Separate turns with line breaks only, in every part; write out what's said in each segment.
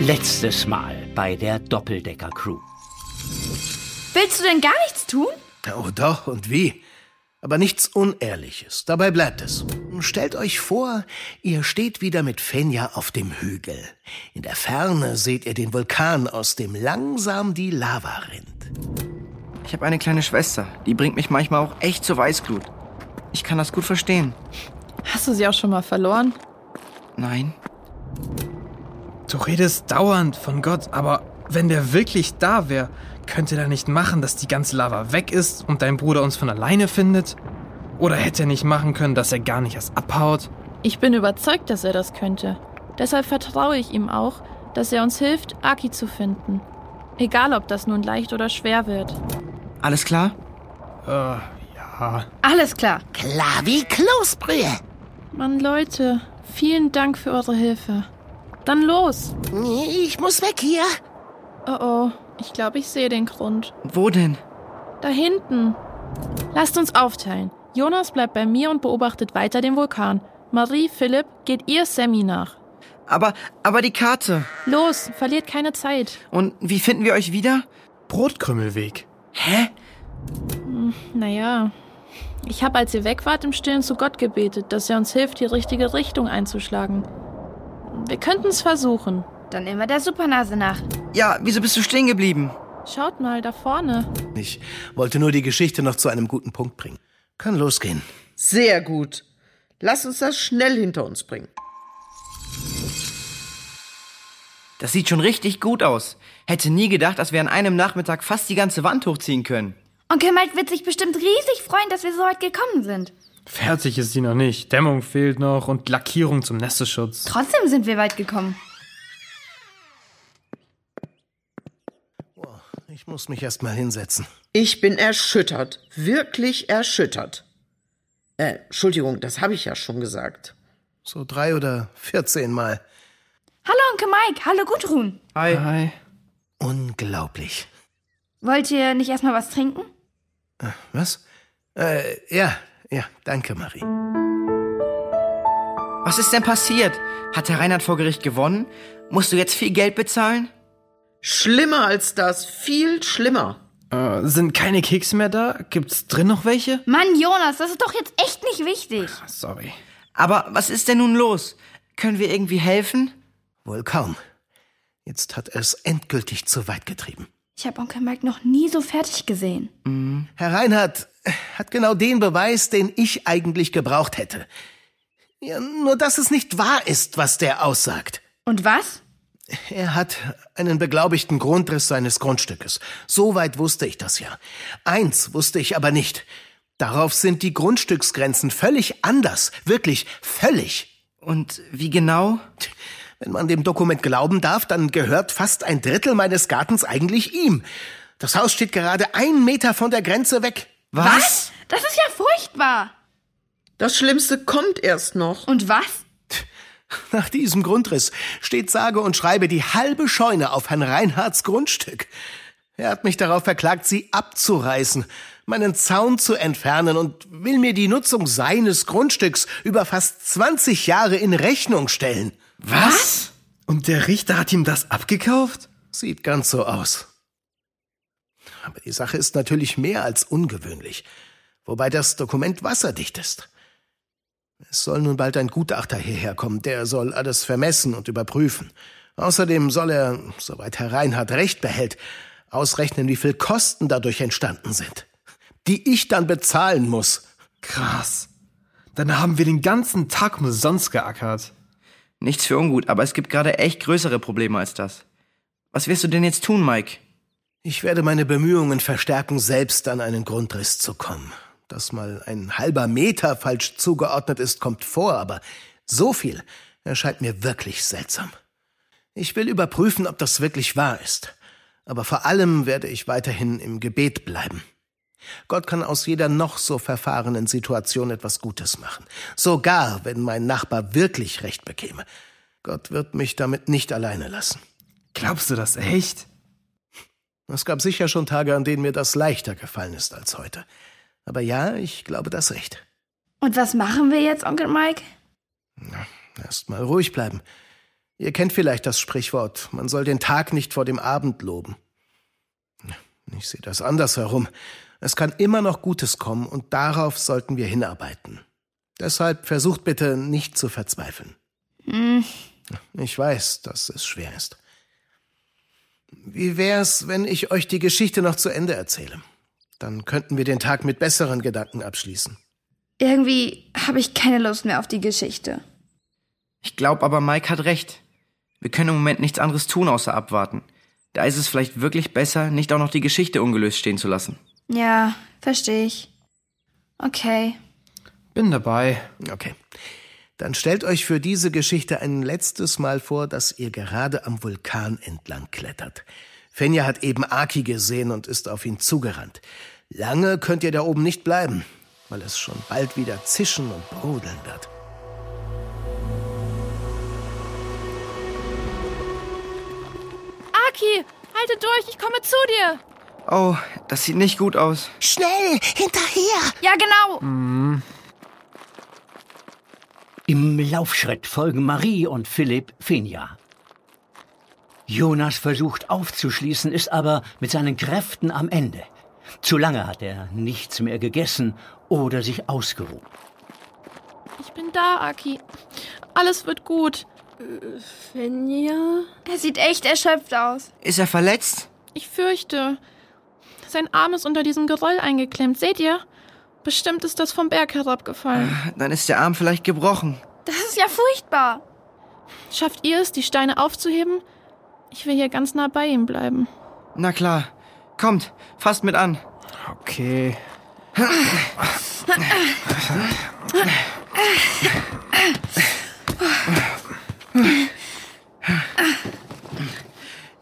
Letztes Mal bei der Doppeldecker-Crew.
Willst du denn gar nichts tun?
Oh doch, und wie? Aber nichts Unehrliches. Dabei bleibt es. Stellt euch vor, ihr steht wieder mit Fenja auf dem Hügel. In der Ferne seht ihr den Vulkan, aus dem langsam die Lava rinnt.
Ich habe eine kleine Schwester. Die bringt mich manchmal auch echt zur Weißglut. Ich kann das gut verstehen.
Hast du sie auch schon mal verloren?
Nein,
Du redest dauernd von Gott, aber wenn der wirklich da wäre, könnte er nicht machen, dass die ganze Lava weg ist und dein Bruder uns von alleine findet? Oder hätte er nicht machen können, dass er gar nicht erst abhaut?
Ich bin überzeugt, dass er das könnte. Deshalb vertraue ich ihm auch, dass er uns hilft, Aki zu finden. Egal, ob das nun leicht oder schwer wird.
alles klar?
Äh, ja.
Alles klar.
Klar wie Kloßbrühe.
Mann, Leute, vielen Dank für eure Hilfe. Dann los!
Ich muss weg hier.
Oh oh, ich glaube, ich sehe den Grund.
Wo denn?
Da hinten. Lasst uns aufteilen. Jonas bleibt bei mir und beobachtet weiter den Vulkan. Marie, Philipp, geht ihr Sammy nach.
Aber, aber die Karte.
Los, verliert keine Zeit.
Und wie finden wir euch wieder?
Brotkrümmelweg.
Hä?
Naja, ich habe, als ihr weg wart, im Stillen zu Gott gebetet, dass er uns hilft, die richtige Richtung einzuschlagen. Wir könnten es versuchen.
Dann immer der Supernase nach.
Ja, wieso bist du stehen geblieben?
Schaut mal da vorne.
Ich wollte nur die Geschichte noch zu einem guten Punkt bringen. Kann losgehen.
Sehr gut. Lass uns das schnell hinter uns bringen.
Das sieht schon richtig gut aus. Hätte nie gedacht, dass wir an einem Nachmittag fast die ganze Wand hochziehen können.
Onkel Mike wird sich bestimmt riesig freuen, dass wir so weit gekommen sind.
Fertig ist sie noch nicht. Dämmung fehlt noch und Lackierung zum Nesteschutz.
Trotzdem sind wir weit gekommen.
Ich muss mich erst mal hinsetzen.
Ich bin erschüttert. Wirklich erschüttert. Äh, Entschuldigung, das habe ich ja schon gesagt.
So drei oder vierzehn Mal.
Hallo Onkel Mike, hallo Gudrun.
Hi.
Unglaublich.
Wollt ihr nicht erstmal was trinken?
Was? Äh, ja, ja, danke, Marie.
Was ist denn passiert? Hat der Reinhard vor Gericht gewonnen? Musst du jetzt viel Geld bezahlen?
Schlimmer als das. Viel schlimmer.
Äh, sind keine Kekse mehr da? Gibt's drin noch welche?
Mann, Jonas, das ist doch jetzt echt nicht wichtig.
Ah, Sorry.
Aber was ist denn nun los? Können wir irgendwie helfen?
Wohl kaum. Jetzt hat er es endgültig zu weit getrieben.
Ich habe Onkel Mike noch nie so fertig gesehen.
Herr Reinhardt hat genau den Beweis, den ich eigentlich gebraucht hätte. Ja, nur dass es nicht wahr ist, was der aussagt.
Und was?
Er hat einen beglaubigten Grundriss seines Grundstückes. Soweit wusste ich das ja. Eins wusste ich aber nicht. Darauf sind die Grundstücksgrenzen völlig anders. Wirklich völlig.
Und wie genau?
Wenn man dem Dokument glauben darf, dann gehört fast ein Drittel meines Gartens eigentlich ihm. Das Haus steht gerade einen Meter von der Grenze weg.
Was?
Das ist ja furchtbar.
Das Schlimmste kommt erst noch.
Und was?
Nach diesem Grundriss steht sage und schreibe die halbe Scheune auf Herrn Reinhards Grundstück. Er hat mich darauf verklagt, sie abzureißen, meinen Zaun zu entfernen und will mir die Nutzung seines Grundstücks über fast 20 Jahre in Rechnung stellen.
Was? Und der Richter hat ihm das abgekauft?
Sieht ganz so aus. Aber die Sache ist natürlich mehr als ungewöhnlich, wobei das Dokument wasserdicht ist. Es soll nun bald ein Gutachter hierher kommen, der soll alles vermessen und überprüfen. Außerdem soll er, soweit Herr Reinhardt recht behält, ausrechnen, wie viel Kosten dadurch entstanden sind, die ich dann bezahlen muss.
Krass. Dann haben wir den ganzen Tag umsonst geackert.
Nichts für ungut, aber es gibt gerade echt größere Probleme als das. Was wirst du denn jetzt tun, Mike?
Ich werde meine Bemühungen verstärken, selbst an einen Grundriss zu kommen. Dass mal ein halber Meter falsch zugeordnet ist, kommt vor, aber so viel erscheint mir wirklich seltsam. Ich will überprüfen, ob das wirklich wahr ist. Aber vor allem werde ich weiterhin im Gebet bleiben. Gott kann aus jeder noch so verfahrenen Situation etwas Gutes machen. Sogar, wenn mein Nachbar wirklich Recht bekäme. Gott wird mich damit nicht alleine lassen.
Glaubst du das echt?
Es gab sicher schon Tage, an denen mir das leichter gefallen ist als heute. Aber ja, ich glaube das recht.
Und was machen wir jetzt, Onkel Mike?
Erst mal ruhig bleiben. Ihr kennt vielleicht das Sprichwort, man soll den Tag nicht vor dem Abend loben. Ich sehe das anders herum. Es kann immer noch Gutes kommen und darauf sollten wir hinarbeiten. Deshalb versucht bitte nicht zu verzweifeln. Ich weiß, dass es schwer ist. Wie wär's, wenn ich euch die Geschichte noch zu Ende erzähle? Dann könnten wir den Tag mit besseren Gedanken abschließen.
Irgendwie habe ich keine Lust mehr auf die Geschichte.
Ich glaube aber, Mike hat recht. Wir können im Moment nichts anderes tun, außer abwarten. Da ist es vielleicht wirklich besser, nicht auch noch die Geschichte ungelöst stehen zu lassen.
Ja, verstehe ich. Okay.
Bin dabei.
Okay. Dann stellt euch für diese Geschichte ein letztes Mal vor, dass ihr gerade am Vulkan entlang klettert. Fenja hat eben Aki gesehen und ist auf ihn zugerannt. Lange könnt ihr da oben nicht bleiben, weil es schon bald wieder zischen und brodeln wird.
Aki, halte durch, ich komme zu dir.
Oh, das sieht nicht gut aus.
Schnell, hinterher!
Ja, genau.
Im Laufschritt folgen Marie und Philipp Finja. Jonas versucht aufzuschließen, ist aber mit seinen Kräften am Ende. Zu lange hat er nichts mehr gegessen oder sich ausgeruht.
Ich bin da, Aki. Alles wird gut.
Finja?
Er sieht echt erschöpft aus.
Ist er verletzt?
Ich fürchte. Sein Arm ist unter diesem Geröll eingeklemmt. Seht ihr? Bestimmt ist das vom Berg herabgefallen.
Dann ist der Arm vielleicht gebrochen.
Das ist ja furchtbar.
Schafft ihr es, die Steine aufzuheben? Ich will hier ganz nah bei ihm bleiben.
Na klar. Kommt, fasst mit an.
Okay.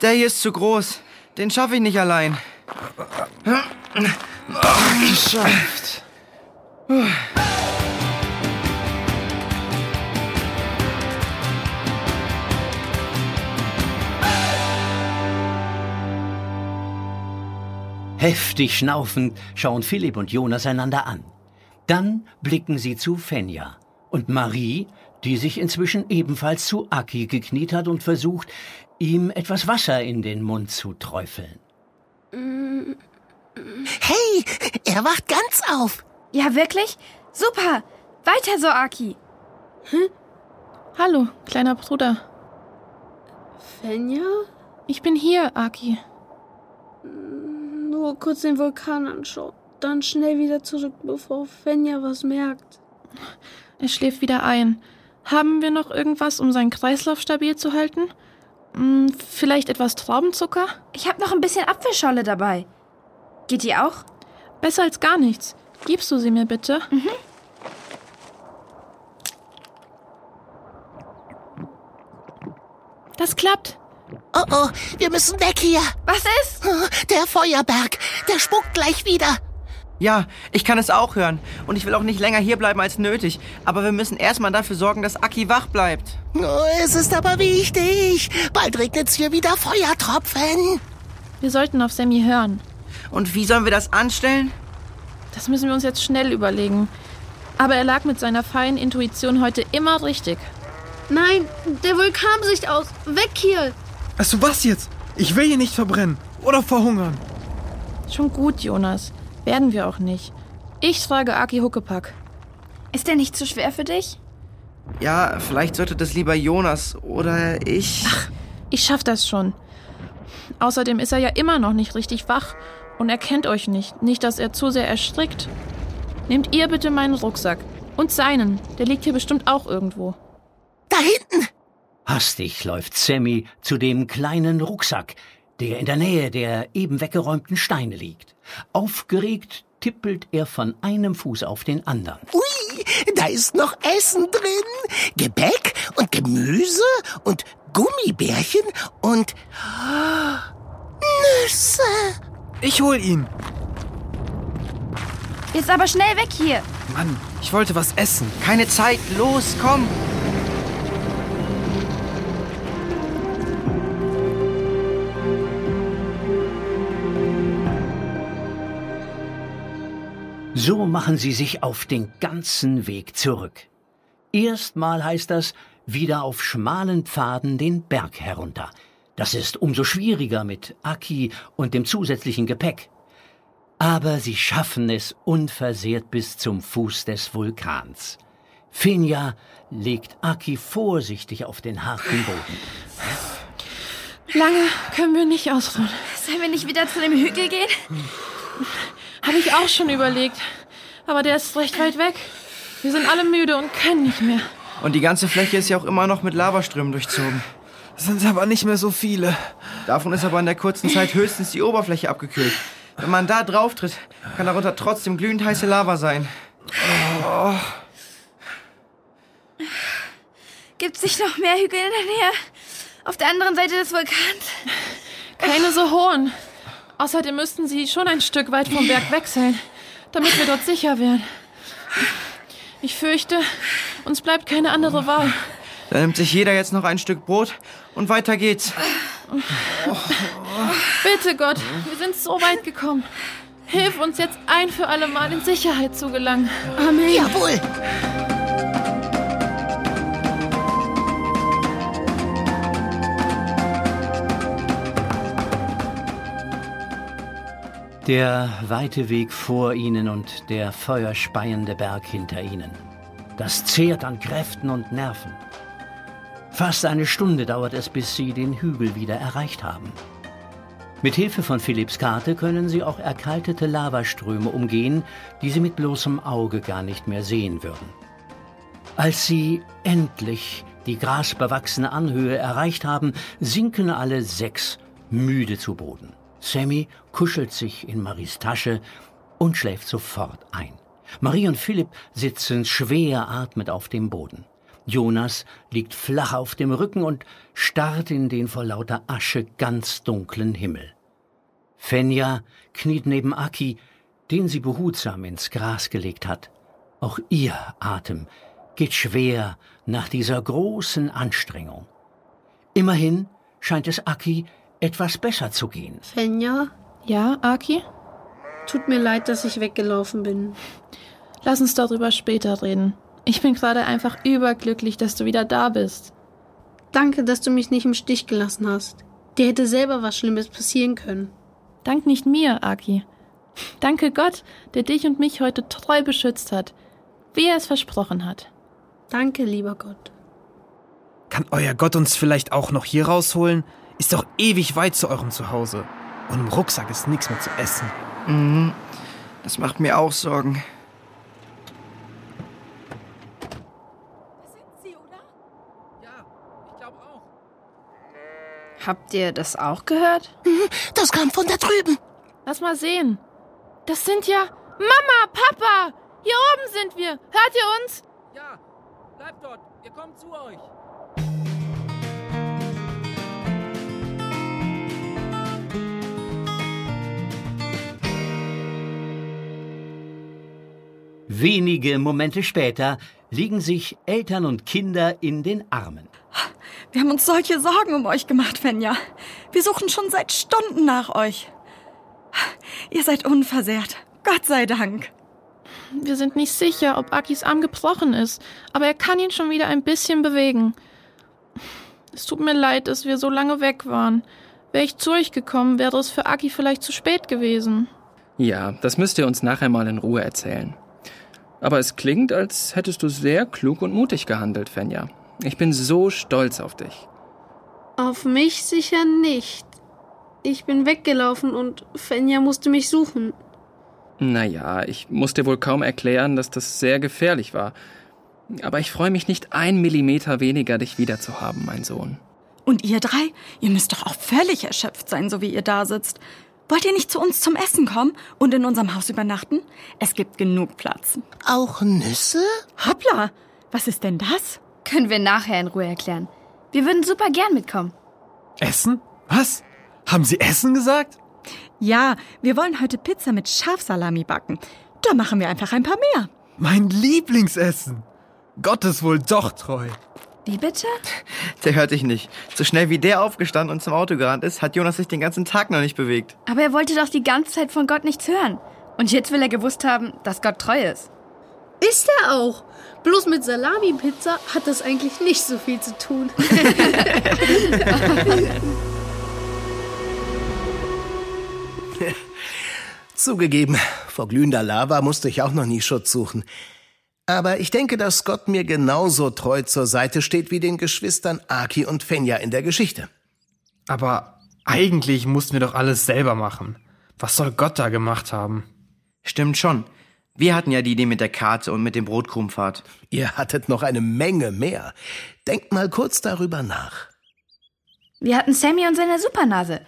Der hier ist zu groß. Den schaffe ich nicht allein.
Geschafft.
Heftig schnaufend schauen Philipp und Jonas einander an. Dann blicken sie zu Fenja und Marie, die sich inzwischen ebenfalls zu Aki gekniet hat und versucht, ihm etwas Wasser in den Mund zu träufeln.
Hey, er wacht ganz auf.
Ja, wirklich? Super. Weiter so, Aki.
Hallo, kleiner Bruder.
Finja?
Ich bin hier, Aki.
Nur kurz den Vulkan anschauen. Dann schnell wieder zurück, bevor Fenja was merkt.
Er schläft wieder ein. Haben wir noch irgendwas, um seinen Kreislauf stabil zu halten? Hm, vielleicht etwas Traubenzucker?
Ich habe noch ein bisschen Apfelscholle dabei. Geht die auch?
Besser als gar nichts. Gibst du sie mir bitte? Mhm. Das klappt.
Oh oh, wir müssen weg hier.
Was ist?
Der Feuerberg, der spuckt gleich wieder.
Ja, ich kann es auch hören. Und ich will auch nicht länger hierbleiben als nötig. Aber wir müssen erstmal dafür sorgen, dass Aki wach bleibt.
Oh, es ist aber wichtig. Bald regnet's hier wieder Feuertropfen.
Wir sollten auf Sammy hören.
Und wie sollen wir das anstellen?
Das müssen wir uns jetzt schnell überlegen. Aber er lag mit seiner feinen Intuition heute immer richtig.
Nein, der Vulkan bricht aus. Weg hier!
Also was jetzt? Ich will hier nicht verbrennen oder verhungern.
Schon gut, Jonas. Werden wir auch nicht. Ich trage Aki Huckepack.
Ist der nicht zu schwer für dich?
Ja, vielleicht sollte das lieber Jonas oder ich.
Ich schaff das schon. Außerdem ist er ja immer noch nicht richtig wach und erkennt euch nicht. Nicht, dass er zu sehr erstrickt. Nehmt ihr bitte meinen Rucksack. Und seinen. Der liegt hier bestimmt auch irgendwo.
Da hinten.
Hastig läuft Sammy zu dem kleinen Rucksack, der in der Nähe der eben weggeräumten Steine liegt. Aufgeregt tippelt er von einem Fuß auf den anderen.
Ui, da ist noch Essen drin. Gebäck und Gemüse und Gummibärchen und Nüsse.
Ich hol ihn.
Jetzt aber schnell weg hier.
Mann, ich wollte was essen.
Keine Zeit, los, komm!
So machen sie sich auf den ganzen Weg zurück. Erstmal heißt das wieder auf schmalen Pfaden den Berg herunter. Das ist umso schwieriger mit Aki und dem zusätzlichen Gepäck. Aber sie schaffen es unversehrt bis zum Fuß des Vulkans. Finja legt Aki vorsichtig auf den harten Boden.
Lange können wir nicht ausruhen.
Sollen wir nicht wieder zu dem Hügel gehen?
Habe ich auch schon überlegt. Aber der ist recht weit weg. Wir sind alle müde und können nicht mehr.
Und die ganze Fläche ist ja auch immer noch mit Lavaströmen durchzogen.
Sind aber nicht mehr so viele.
Davon ist aber in der kurzen Zeit höchstens die Oberfläche abgekühlt. Wenn man da drauf tritt, kann darunter trotzdem glühend heiße Lava sein.
Gibt es nicht noch mehr Hügel in der Nähe? Auf der anderen Seite des Vulkans?
Keine so hohen. Außerdem müssten sie schon ein Stück weit vom Berg weg sein, damit wir dort sicher wären. Ich fürchte, uns bleibt keine andere Wahl.
Da nimmt sich jeder jetzt noch ein Stück Brot und weiter geht's.
Bitte Gott, wir sind so weit gekommen. Hilf uns jetzt ein für alle Mal in Sicherheit zu gelangen.
Amen.
Jawohl!
Der weite Weg vor ihnen und der feuerspeiende Berg hinter ihnen. Das zehrt an Kräften und Nerven. Fast eine Stunde dauert es, bis sie den Hügel wieder erreicht haben. Mit Hilfe von Philipps Karte können sie auch erkaltete Lavaströme umgehen, die sie mit bloßem Auge gar nicht mehr sehen würden. Als sie endlich die grasbewachsene Anhöhe erreicht haben, sinken alle sechs müde zu Boden. Sammy kuschelt sich in Maries Tasche und schläft sofort ein. Marie und Philipp sitzen schwer atmend auf dem Boden. Jonas liegt flach auf dem Rücken und starrt in den vor lauter Asche ganz dunklen Himmel. Fenja kniet neben Aki, den sie behutsam ins Gras gelegt hat. Auch ihr Atem geht schwer nach dieser großen Anstrengung. Immerhin scheint es Aki etwas besser zu gehen.
Fenja,
Ja, Aki?
tut mir leid, dass ich weggelaufen bin.
Lass uns darüber später reden. Ich bin gerade einfach überglücklich, dass du wieder da bist.
Danke, dass du mich nicht im Stich gelassen hast. Dir hätte selber was Schlimmes passieren können.
Dank nicht mir, Aki. Danke Gott, der dich und mich heute treu beschützt hat, wie er es versprochen hat.
Danke, lieber Gott.
Kann euer Gott uns vielleicht auch noch hier rausholen? Ist doch ewig weit zu eurem Zuhause. Und im Rucksack ist nichts mehr zu essen.
Das macht mir auch Sorgen.
Habt ihr das auch gehört?
Das kam von da drüben.
Lass mal sehen. Das sind ja Mama, Papa. Hier oben sind wir. Hört ihr uns?
Wenige Momente später liegen sich Eltern und Kinder in den Armen.
Wir haben uns solche Sorgen um euch gemacht, Fenja. Wir suchen schon seit Stunden nach euch. Ihr seid unversehrt. Gott sei Dank.
Wir sind nicht sicher, ob Akis Arm gebrochen ist, aber er kann ihn schon wieder ein bisschen bewegen. Es tut mir leid, dass wir so lange weg waren. Wäre ich zu euch gekommen, wäre es für Aki vielleicht zu spät gewesen.
Ja, das müsst ihr uns nachher mal in Ruhe erzählen. Aber es klingt, als hättest du sehr klug und mutig gehandelt, Fenja. Ich bin so stolz auf dich.
Auf mich sicher nicht. Ich bin weggelaufen und Fenja musste mich suchen.
Naja, ich muss dir wohl kaum erklären, dass das sehr gefährlich war. Aber ich freue mich nicht ein Millimeter weniger, dich wiederzuhaben, mein Sohn.
Und ihr drei? Ihr müsst doch auch völlig erschöpft sein, so wie ihr da sitzt. Wollt ihr nicht zu uns zum Essen kommen und in unserem Haus übernachten? Es gibt genug Platz.
Auch Nüsse?
Hoppla! Was ist denn das?
Können wir nachher in Ruhe erklären. Wir würden super gern mitkommen.
Essen? Was? Haben sie Essen gesagt?
Ja, wir wollen heute Pizza mit Schafsalami backen. Da machen wir einfach ein paar mehr.
Mein Lieblingsessen. Gott ist wohl doch treu.
Wie bitte?
Der hört dich nicht. So schnell wie der aufgestanden und zum Auto gerannt ist, hat Jonas sich den ganzen Tag noch nicht bewegt.
Aber er wollte doch die ganze Zeit von Gott nichts hören. Und jetzt will er gewusst haben, dass Gott treu ist.
Ist er auch. Bloß mit Salami-Pizza hat das eigentlich nicht so viel zu tun.
Zugegeben, vor glühender Lava musste ich auch noch nie Schutz suchen. Aber ich denke, dass Gott mir genauso treu zur Seite steht wie den Geschwistern Aki und Fenja in der Geschichte.
Aber eigentlich mussten wir doch alles selber machen. Was soll Gott da gemacht haben?
Stimmt schon. Wir hatten ja die Idee mit der Karte und mit dem Brotkrumpfahrt.
Ihr hattet noch eine Menge mehr. Denkt mal kurz darüber nach.
Wir hatten Sammy und seine Supernase.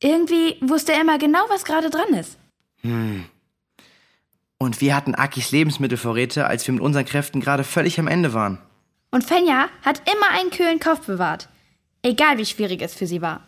Irgendwie wusste er immer genau, was gerade dran ist.
Hm. Und wir hatten Akis Lebensmittelvorräte, als wir mit unseren Kräften gerade völlig am Ende waren.
Und Fenja hat immer einen kühlen Kopf bewahrt. Egal wie schwierig es für sie war.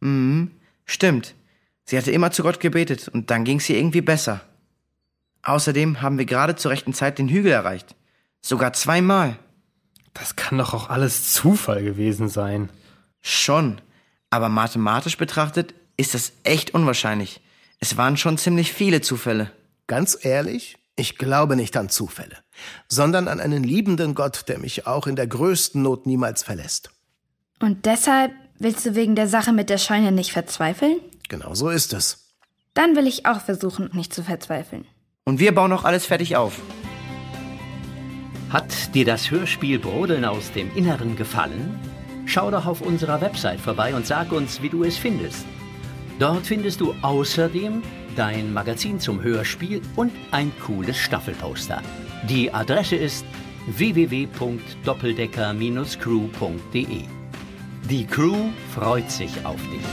Mhm, stimmt. Sie hatte immer zu Gott gebetet und dann ging's ihr irgendwie besser. Außerdem haben wir gerade zur rechten Zeit den Hügel erreicht. Sogar zweimal.
Das kann doch auch alles Zufall gewesen sein.
Schon. Aber mathematisch betrachtet ist das echt unwahrscheinlich. Es waren schon ziemlich viele Zufälle.
Ganz ehrlich, ich glaube nicht an Zufälle, sondern an einen liebenden Gott, der mich auch in der größten Not niemals verlässt.
Und deshalb willst du wegen der Sache mit der Scheune nicht verzweifeln?
Genau so ist es.
Dann will ich auch versuchen, nicht zu verzweifeln.
Und wir bauen noch alles fertig auf.
Hat dir das Hörspiel Brodeln aus dem Inneren gefallen? Schau doch auf unserer Website vorbei und sag uns, wie du es findest. Dort findest du außerdem dein Magazin zum Hörspiel und ein cooles Staffelposter. Die Adresse ist www.doppeldecker-crew.de. Die Crew freut sich auf dich.